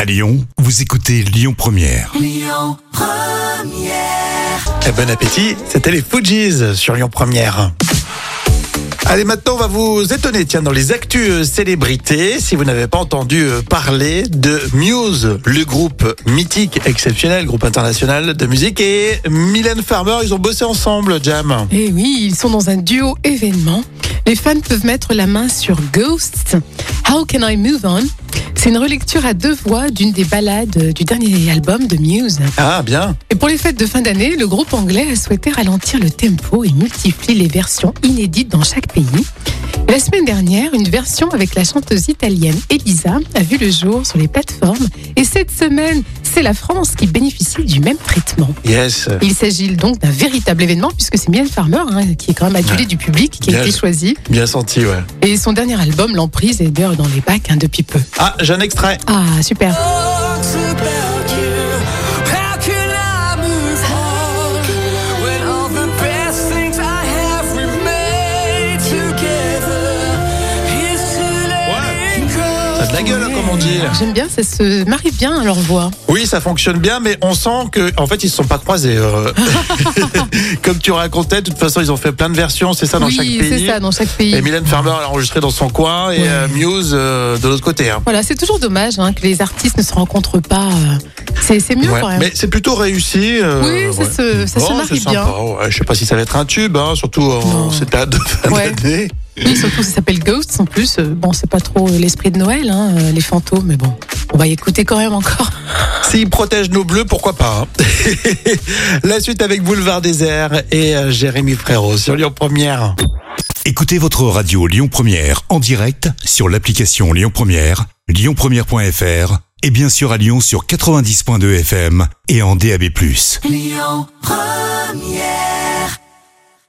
À Lyon, vous écoutez Lyon Première. Et Eh, bon appétit, c'était les Fujis sur Lyon Première. Allez, maintenant, on va vous étonner, tiens, dans les actus euh, célébrités, si vous n'avez pas entendu euh, parler de Muse, le groupe mythique exceptionnel, groupe international de musique, et Mylène Farmer, ils ont bossé ensemble, Jam. Et Eh oui, ils sont dans un duo événement. Les fans peuvent mettre la main sur Ghosts, How Can I Move On C'est une relecture à deux voix d'une des ballades du dernier album de Muse. Ah, bien. Et pour les fêtes de fin d'année, le groupe anglais a souhaité ralentir le tempo et multiplie les versions inédites dans chaque pays. La semaine dernière, une version avec la chanteuse italienne Elisa a vu le jour sur les plateformes. Et cette semaine, c'est la France qui bénéficie du même traitement. Yes. Il s'agit donc d'un véritable événement puisque c'est Mylène Farmer hein, qui est quand même adulée du public, qui a Bien. été choisie. Bien senti, ouais. Et son dernier album, L'Emprise, est d'ailleurs dans les bacs hein, depuis peu. Ah, j'ai un extrait. Ah, super thoughts about you. How can I move on when all the best things I have we made together is to letting go? Ça a de la gueule, hein, comme on dit. J'aime bien, ça se marie bien à leur voix. Oui, ça fonctionne bien, mais on sent que, en fait, ils se sont pas croisés. euh. Comme tu racontais, de toute façon, ils ont fait plein de versions, c'est ça, dans chaque oui, pays. c'est ça, dans chaque pays. Et Mylène Farmer l'a enregistré dans son coin et Ouais. euh, Muse euh, de l'autre côté. hein. Voilà, c'est toujours dommage hein, que les artistes ne se rencontrent pas. euh, C'est c'est mieux Ouais. quand même. Mais c'est plutôt réussi. euh, Oui, ça se- ça se Bon, marie c'est sympa. bien. Ouais, je sais pas si ça va être un tube, hein, surtout en Non. cette période de fin Ouais. d'année. Oui, surtout, ça s'appelle Ghosts en plus. euh, Bon, c'est pas trop euh, l'esprit de Noël, hein, euh, les fantômes, mais bon, on va y écouter quand même encore. S'ils protègent nos bleus, pourquoi pas hein. La suite avec Boulevard Désert et euh, Jérémy Frérot sur Lyon Première. Écoutez votre radio Lyon Première en direct sur l'application Lyon Première, lyonpremière.fr et bien sûr à Lyon sur 90.2 FM et en DAB+.